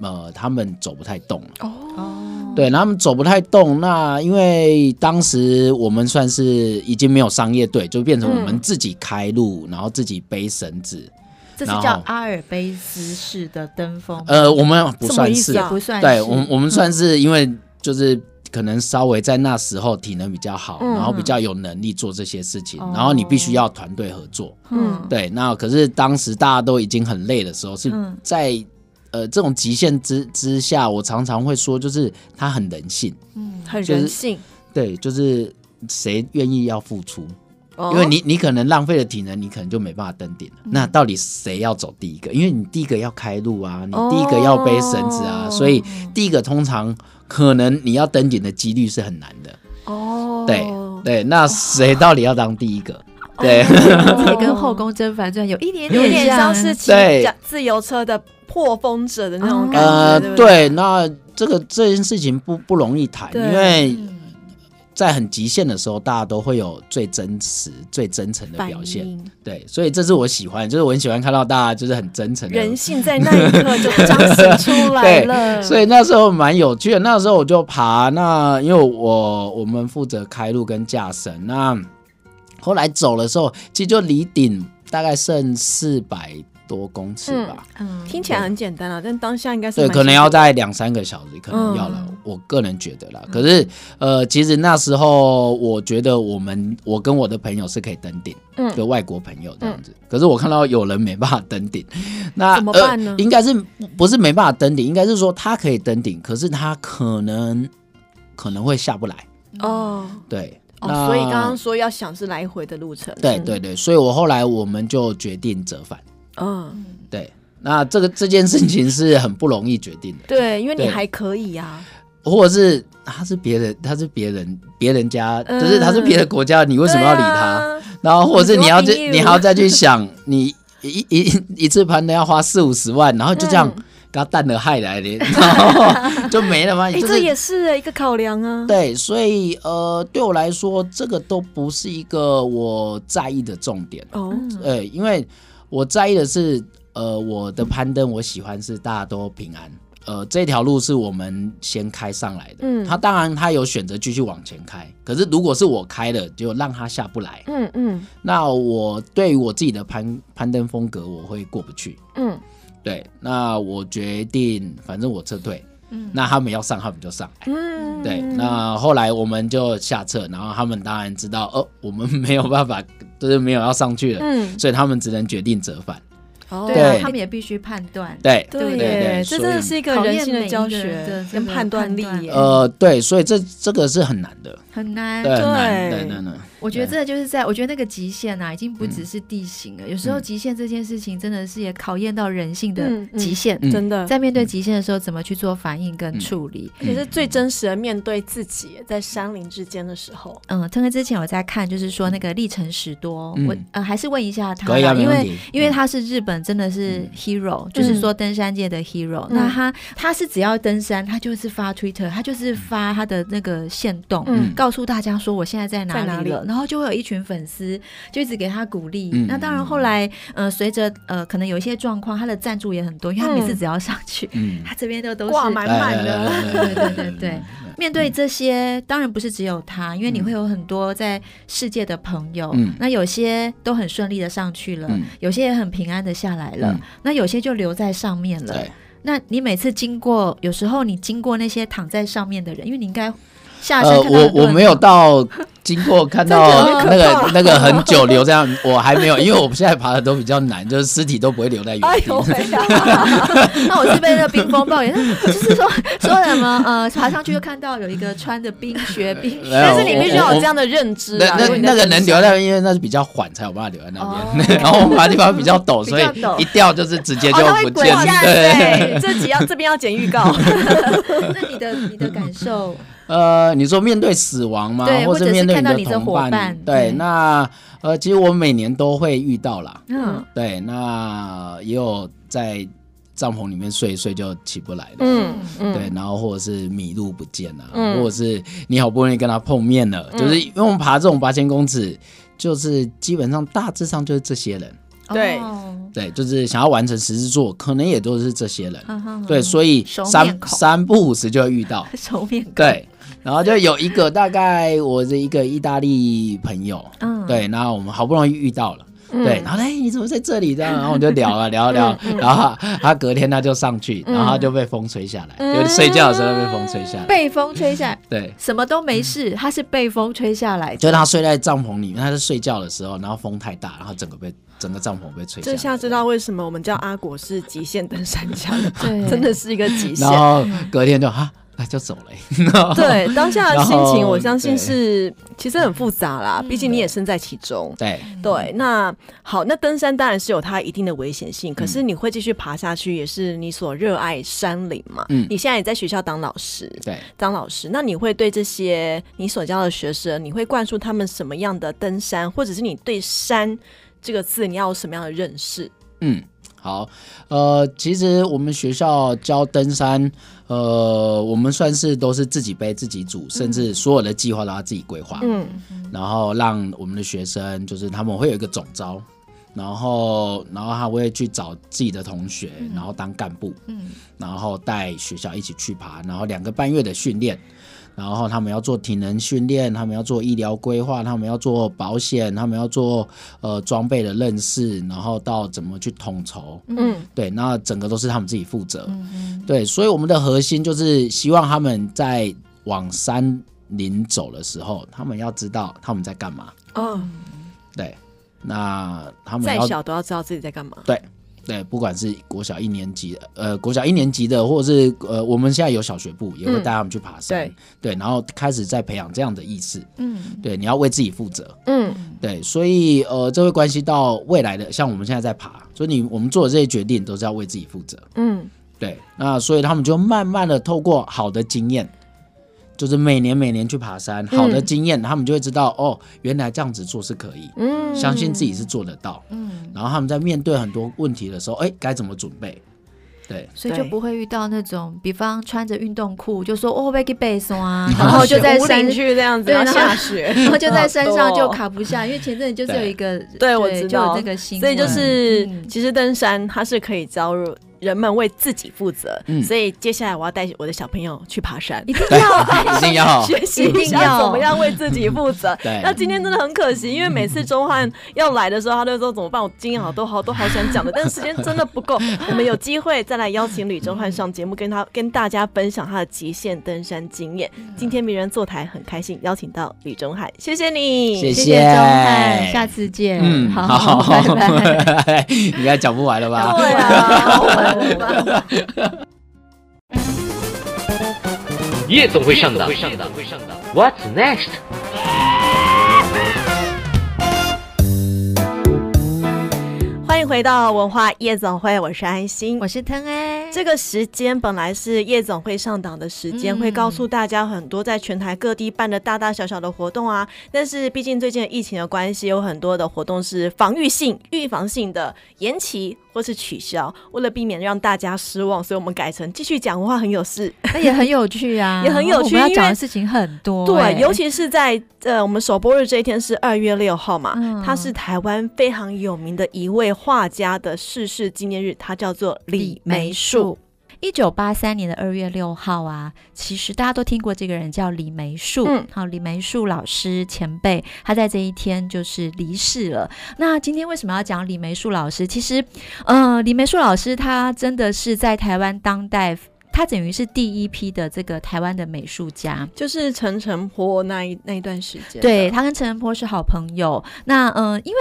S6: 呃，他们走不太动了。
S3: 哦，
S6: 对，然后他们走不太动。那因为当时我们算是已经没有商业队，就变成我们
S2: 嗯
S6: 自己开路，然后自己背绳子。
S2: 哦
S3: 这是
S6: 然后
S3: 叫阿尔卑斯式的登峰，
S6: 呃，我们不
S2: 什么
S6: 算
S2: 意
S6: 是
S2: 思啊
S3: 不算是，
S6: 对我们，我们算是因为就是可能稍微在那时候体能比较好，
S2: 嗯
S6: 然后比较有能力做这些事情，
S3: 哦
S6: 然后你必须要团队合作。
S3: 嗯，
S6: 对，那可是当时大家都已经很累的时候，是
S3: 嗯
S6: 在、呃这种极限之之下，我常常会说，就是他很人性，
S3: 嗯，
S2: 很
S6: 就是
S2: 人性，
S6: 对，就是谁愿意要付出，
S2: 哦
S6: 因为你你可能浪费了体能，你可能就没办法登顶了。那到底谁要走第一个？因为你第一个要开路啊，你第一个要背绳子啊，
S2: 哦
S6: 所以第一个通常可能你要登顶的几率是很难的。
S2: 哦，
S6: 对、对，那谁到底要当第一个？对、
S2: 哦
S6: 哦
S3: 也跟《后宫甄嬛传》有一点
S2: 有点像
S3: 像
S2: 是骑
S6: 对
S2: 脚自由车的破风者的那种感觉，
S6: 呃，
S2: 对不
S6: 对，那这个这件事情不不容易谈，
S2: 对嗯
S6: 因为在很极限的时候，大家都会有最真实、最真诚的
S2: 反
S6: 表现。
S2: 应
S6: 对，所以这是我喜欢，就是我很喜欢看到大家就是很真诚的
S2: 人性在那一刻就彰显出来 了。
S6: 所以那时候蛮有趣的。那时候我就爬，那因为我我们负责开路跟架绳，那后来走的时候，其实就离顶大概剩四百多公尺吧。
S3: 嗯
S2: 听起来很简单啊，但当下应该是
S6: 对，
S2: 蛮
S6: 可能
S2: 辛
S6: 要
S2: 苦的
S6: 在两三个小时，可能要了。
S3: 嗯
S6: 我个人觉得啦，可是呃，其实那时候我觉得我们，我跟我的朋友是可以登顶，
S2: 嗯
S6: 就外国朋友这样子。可是我看到有人没办法登顶，那
S2: 怎么办呢
S6: 呃、应该是不是没办法登顶？应该是说他可以登顶，可是他可能可能会下不来。
S2: 哦
S6: 对，
S2: 哦，
S6: 那
S2: 所以刚刚说要想是来回的路程，
S6: 对对对，所以我后来我们就决定折返。
S2: 嗯，
S6: 对，那这个这件事情是很不容易决定的。
S2: 对，因为你
S6: 对
S2: 还可以啊，
S6: 或者是啊他是别人，他是别人，别人家，
S2: 嗯
S6: 就是他是别的国家，你为什么要理他？
S2: 对啊？
S6: 然后或者是你要
S2: 你
S6: 去，
S2: 说
S6: 你还要再去想，你一一一一次盘的要花四五十万，然后就这样
S2: 嗯
S6: 给他淡了害来 的，然后就没了吗？
S2: 哎，
S6: 就
S2: 这
S6: 是
S2: 也是欸一个考量啊。
S6: 对，所以呃，对我来说，这个都不是一个我在意的重点。
S2: 哦，
S6: 呃，因为我在意的是，呃，我的攀登，我喜欢是大家都平安。呃，这条路是我们先开上来的，
S2: 嗯
S6: 他当然他有选择继续往前开，可是如果是我开的，就让他下不来，
S2: 嗯嗯
S6: 那我对于我自己的攀攀登风格，我会过不去。
S2: 嗯，
S6: 对，那我决定，反正我撤退，
S3: 嗯
S6: 那他们要上，他们就上来。
S2: 嗯，
S6: 对，那后来我们就下撤，然后他们当然知道，哦，我们没有办法，就是没有要上去了，
S2: 嗯
S6: 所以他们只能决定折返。
S2: 哦
S3: 对啊，
S6: 对
S3: 他们也必须判断，
S6: 对，
S2: 对
S3: 对
S2: 耶，
S6: 对
S2: 这
S6: 所以
S2: 真的是一个人性的教
S3: 考验每一个人
S2: 学
S3: 的
S2: 跟判断力
S3: 这个判断
S2: 耶。
S6: 呃，对，所以这这个是很难的，
S3: 很难。
S6: 对，很难，
S2: 哎对
S6: 对，对，对。
S3: 我觉得这就是在，我觉得那个极限啊，已经不只是地形了。有时候
S6: 嗯
S3: 极限这件事情，真的是也考验到人性的
S2: 嗯嗯
S3: 极限。
S6: 嗯嗯
S2: 真的，
S3: 在面对极限的时候，怎么去做反应跟处理？
S2: 而且是最真实的面对自己，在山林之间的时候，
S3: 嗯，腾哥之前我在看，就是说那个历程史多，
S6: 嗯
S3: 我呃还是问一下他
S6: 可以
S3: 啦，
S6: 啊没
S3: 因
S6: 问
S3: 为
S6: 题嗯
S3: 因为他是日本真的是
S2: 嗯
S3: hero，、就是说登山界的 hero、那他他是只要登山，他就是发 Twitter，
S6: 嗯
S3: 他就是发他的那个线动，
S2: 嗯
S3: 告诉大家说我现在在哪
S2: 在哪
S3: 里了，
S2: 里
S3: 然后就会有一群粉丝就一直给他鼓励。
S6: 嗯
S3: 那当然后来呃随着呃可能有一些状况，他的赞助也很多，因为他每次只要上去，
S6: 嗯哎
S3: 他这边都都是
S2: 挂满满的。
S6: 对
S3: 对对对，面
S6: 嗯
S3: 对这些，当然不是只有他，因为你会有很多在世界的朋友，
S6: 嗯
S3: 那有些都很顺利的上去了，
S6: 嗯
S3: 有些也很平安的下来了，
S6: 嗯
S3: 那有些就留在上面了。
S6: 对，
S3: 那你每次经过，有时候你经过那些躺在上面的人，因为你应该下山
S6: 呃，
S3: 看到
S6: 我
S3: 很多
S6: 我
S3: 人
S6: 没有到经过看到那个那个很久留这样，我还没有，因为我们现在爬的都比较难，就是尸体都不会留在原
S2: 哎
S6: 地。
S2: 呦喂呀！
S3: 那我是被那个冰风暴雨， 那我就是说说什么呃，爬上去就看到有一个穿着冰 雪冰雪，
S6: 没有
S2: 但是你必须要
S6: 我
S2: 有这样的认
S3: 嗯
S2: 知
S6: 那
S2: 啊。
S6: 那
S2: 如果你在
S6: 那个
S2: 登
S6: 能
S2: 山
S6: 留在，因为那是比较缓，才有办法留在那边。
S3: 哦
S6: 然后我们爬的地方比较陡，所以
S3: 比较陡
S6: 一掉就是直接就
S3: 哦它会
S6: 不
S3: 滚
S6: 见了。
S3: 下
S6: 对，
S2: 对，这集要这边要剪预告。
S3: 那你的你的感受，
S6: 呃，你说面对死亡吗
S3: 对？
S6: 或
S3: 或者
S6: 者
S3: 是
S6: 面对
S3: 看到你
S6: 你
S3: 的
S6: 同
S3: 伙伴嗯对
S6: 对，那呃，其实我每年都会遇到啦。
S3: 嗯，
S6: 对，那也有在帐篷里面睡一睡就起不来的。
S2: 嗯嗯，
S6: 对，然后或者是迷路不见啊，
S2: 嗯
S6: 或者是你好不容易跟他碰面了，
S2: 嗯
S6: 就是因为我们爬这种八千公尺，就是基本上大致上就是这些人，
S2: 对
S3: 哦
S6: 对，就是想要完成十字座，可能也都是这些人，
S3: 嗯哼
S6: 对，所以
S3: 熟面
S6: 三
S3: 孔
S6: 三不五十就会遇到，
S3: 熟面孔，
S6: 对，然后就有一个大概我的一个意大利朋友，
S3: 嗯，
S6: 对，然后我们好不容易遇到了。
S2: 嗯
S6: 对，然后哎、你怎么在这里？这样，然后我们就聊啊聊啊聊啊，
S3: 嗯
S6: 然后他他隔天他就上去，然后他就被风吹下来，
S2: 嗯
S6: 就睡觉的时候被风吹下来。
S3: 被风吹下来，
S6: 对，
S3: 什么都没事，他是被风吹下来
S6: 就
S3: 的，
S6: 他睡在帐篷里面，他在睡觉的时候，然后风太大，然后整个被整个帐篷被吹下
S2: 这
S6: 来。
S2: 下知道为什么我们叫阿果是极限登山家了，
S3: 对
S2: 真的是一个极
S6: 然。
S2: 限
S6: 后隔天就哈，那就走了、欸。
S2: 嗯对当下的
S6: 然
S2: 心
S6: 后
S2: 情，我相信
S6: 对
S2: 是其实很复杂啦，毕竟你也身在其中。
S6: 对，
S2: 对，那好，那登山当然是有它一定的危险性，可是你会继续爬下去，也是你所热爱山林嘛。
S6: 嗯
S2: 你现在也在学校当老师，
S6: 对，
S2: 当老师，那你会对这些你所教的学生，你会灌输他们什么样的登山，或者是你对“山”这个字你要有什么样的认识？
S6: 嗯，好，呃，其实我们学校教登山，呃，我们算是都是自己背自己组，甚至所有的计划都要自己规划。
S2: 嗯
S6: 然后让我们的学生，就是他们会有一个总招，然后然后他会去找自己的同学，然后当干部，
S3: 嗯，
S6: 然后带学校一起去爬，然后两个半月的训练。然后他们要做体能训练，他们要做医疗规划，他们要做保险，他们要做呃装备的认识，然后到怎么去统筹，
S2: 嗯
S6: 对，那整个都是他们自己负责。
S3: 嗯
S6: 对，所以我们的核心就是希望他们在往山林走的时候，他们要知道他们在干嘛。
S2: 哦，
S6: 对，那他们
S2: 再
S6: 要
S2: 小都要知道自己在干嘛。
S6: 对对，不管是国小一年级的，呃，国小一年级的，或者是呃，我们现在有小学部，也会
S2: 嗯
S6: 带他们去爬山。对然后开始在培养这样的意识。
S3: 嗯，
S6: 对，你要为自己负责。
S2: 嗯
S6: 对，所以呃，这会关系到未来的，像我们现在在爬，所以你我们做的这些决定都是要为自己负责。
S2: 嗯
S6: 对，那所以他们就慢慢的透过好的经验，就是每年每年去爬山，
S3: 嗯
S6: 好的经验，他们就会知道哦，原来这样子做是可以，
S2: 嗯
S6: 相信自己是做得到。嗯，然后他们在面对很多问题的时候，哎，该怎么准备？对，
S3: 所以
S2: 对
S3: 就不会遇到那种，比方穿着运动裤就说哦被给背送啊，然后就 在山
S2: 山去这样子，
S3: 对
S2: 然后
S3: 然后
S2: 下雪，
S3: 然后就在山上
S2: 好
S3: 就
S2: 多哦。
S3: 卡不下，因为前阵子就是有一个，
S2: 对，我知
S3: 就
S2: 道
S3: 有这个新
S2: 所以
S3: 闻，
S2: 就是
S3: 嗯
S2: 其实登山它是可以招入人们为自己负责，
S6: 嗯
S2: 所以接下来我要带我的小朋友去爬山
S3: 一。定要
S6: 一定 要。
S2: 学习
S3: 一定
S2: 一下
S3: 要
S2: 怎么样为自己负责
S6: 对
S2: 那今天真的很可惜，因为每次钟汉要来的时候，他都说怎么办？我今天好多好多好想讲的，但时间真的不够。我们有机会再来邀请吕钟汉上节目，跟他跟大家分享他的极限登山经验。今天名人坐台很开心，邀请到吕钟汉，谢谢你，
S6: 谢
S3: 谢谢钟汉，下次见，
S6: 嗯，
S3: 好，
S6: 好，
S3: 拜拜。
S6: 应该讲不完了吧？
S2: 对啊，
S9: 夜总会上档，What's next？
S2: 欢迎回到文化夜总会，我是安心，
S3: 我是腾哎，
S2: 这个时间本来是夜总会上档的时间，
S3: 嗯
S2: 会告诉大家很多在全台各地办的大大小小的活动啊。但是毕竟最近的疫情的关系，有很多的活动是防御性、预防性的延期或是取消。为了避免让大家失望，所以我们改成继续讲文化很有事。
S3: 那也很有趣啊，
S2: 也很有趣
S3: 我们
S2: 因为
S3: 要讲的事情很多欸，
S2: 对，尤其是在呃我们首播日这一天是二月六号嘛，
S3: 嗯
S2: 他是台湾非常有名的一位画家的逝世纪念日，他叫做李梅树。。
S3: 一九八三年的二月六号啊，其实大家都听过这个人叫李梅树，
S2: 嗯
S3: 好，李梅树老师前辈，他在这一天就是离世了。那今天为什么要讲李梅树老师？其实，呃，李梅树老师他真的是在台湾当代。他等于是第一批的这个台湾的美术家。
S2: 就是陈澄波那一那一段时间，
S3: 对，他跟陈仁波是好朋友。那嗯、呃因为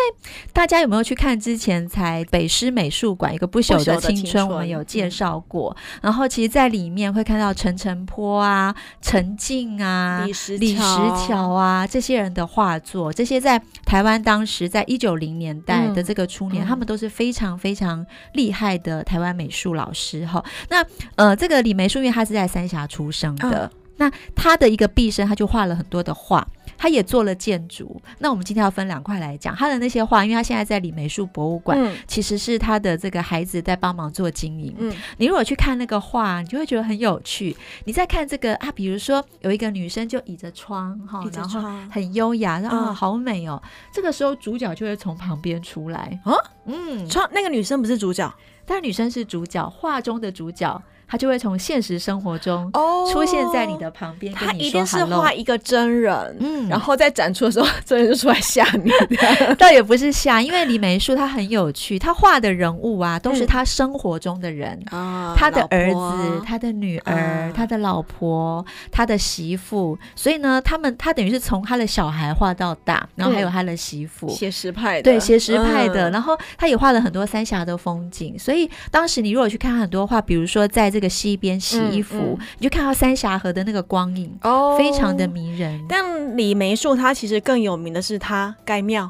S3: 大家有没有去看之前才北师美术馆有个不
S2: 不
S3: 朽
S2: 朽
S3: 的
S2: 的
S3: 青
S2: 青
S3: 春，我
S2: 春
S3: 们有介
S2: 嗯
S3: 绍过。然后其实，在里面会看到陈澄波啊、陈静啊、
S2: 李石
S3: 李石
S2: 桥
S3: 桥啊这些人的画作，这些在台湾当时在一九零年代的这个初年，
S2: 嗯
S3: 他们都是非常非常厉害的台湾美术老师哈。那呃，这个李梅树，因为他是在三峡出生
S2: 啊
S3: 的。那他的一个毕生，他就画了很多的画，他也做了建筑。那我们今天要分两块来讲他的那些画，因为他现在在李梅树博物馆，
S2: 嗯
S3: 其实是他的这个孩子在帮忙做经营。
S2: 嗯
S3: 你如果去看那个画，你就会觉得很有趣。你再看这个啊，比如说有一个女生就倚着窗哈
S2: 倚，着
S3: 然后
S2: 窗
S3: 很优雅，然后
S2: 嗯
S3: 啊好美哦。这个时候主角就会从旁边出来
S2: 啊，
S3: 嗯，
S2: 穿那个女生不是主角
S3: 但女生是主角，画中的主角，她就会从现实生活中
S2: 哦
S3: 出现在你的旁边，
S2: 他
S3: 跟你
S2: 一
S3: 说
S2: 定是
S3: hello。
S2: 画一个真人，
S3: 嗯
S2: 然后在展出的时候，真人就出来吓你。
S3: 倒也不是瞎，因为李梅树她很有趣，她画的人物啊，都
S2: 嗯
S3: 是她生活中的人。
S2: 啊
S3: 他的儿子、他的女儿、
S2: 啊
S3: 他的老婆、他的媳妇，所以呢，他们他等于是从他的小孩画到大，然后还有他的媳妇，
S2: 写实派的，
S3: 对写实派的。
S2: 嗯
S3: 然后他也画了很多三峡的风景，所以当时你如果去看很多画，比如说在这个溪边洗衣服，
S2: 嗯
S3: 你就看到三峡河的那个光影，
S2: 哦
S3: 非常的。迷人。
S2: 但李梅树他其实更有名的是他盖庙，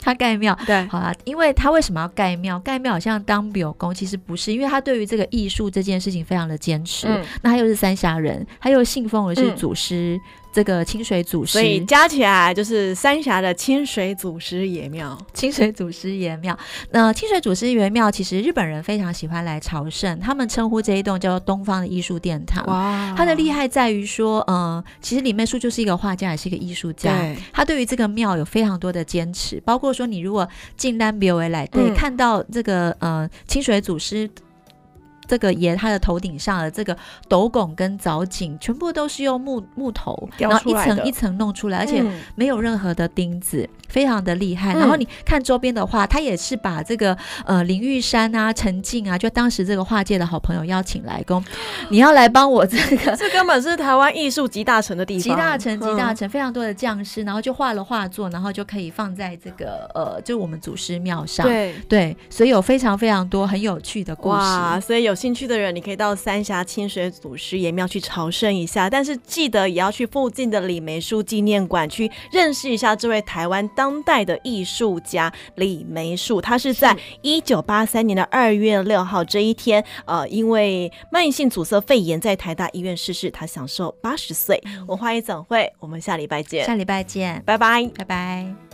S3: 他盖庙，
S2: 对
S3: 好啦，因为他为什么要盖庙？盖庙好像当表公，其实不是，因为他对于这个艺术这件事情非常的坚持。
S2: 嗯
S3: 那他又是三峡人，他又信奉的是
S2: 嗯
S3: 祖师，这个清水祖师，
S2: 所以加起来就是三峡的清水祖师爷庙。
S3: 清水祖师爷庙。那、清水祖师爷庙，其实日本人非常喜欢来朝圣，他们称呼这一栋叫做东方的艺术殿堂。
S2: 哇
S3: 他的厉害在于说，呃，其实李妹树就是一个画家，也是一个艺术家。
S2: 对
S3: 他对于这个庙有非常多的坚持，包括说你如果进丹别为来，对，
S2: 嗯
S3: 看到这个呃清水祖师。这个爷他的头顶上的这个斗拱跟藻井，全部都是用木木头，
S2: 雕
S3: 然后
S2: 出
S3: 一
S2: 来的
S3: 层一层弄出来，而且
S2: 嗯
S3: 没有任何的钉子，非常的厉害。
S2: 嗯
S3: 然后你看周边的话，他也是把这个呃林玉山啊、陈静啊，就当时这个画界的好朋友邀请来， 跟我你要来帮我这 个
S2: 这根本是台湾艺术集大成的地方，
S3: 集大成、集大
S2: 嗯
S3: 成，非常多的匠师，然后就画了画作，然后就可以放在这个呃，就我们祖师庙上。
S2: 对。
S3: 对，所以有非常非常多很有趣的故
S2: 哇，
S3: 事。
S2: 所以有兴趣的人，你可以到三峡清水祖师爷庙去朝圣一下，但是记得也要去附近的李梅树纪念馆去认识一下这位台湾当代的艺术家李梅树。他是在一九八三年的二月六号这一天，呃，因为慢性阻塞肺炎在台大医院逝世，他嗯享受八十岁。文化夜总会，我们下礼拜见，
S3: 下礼拜见，
S2: 拜拜。
S3: 拜拜。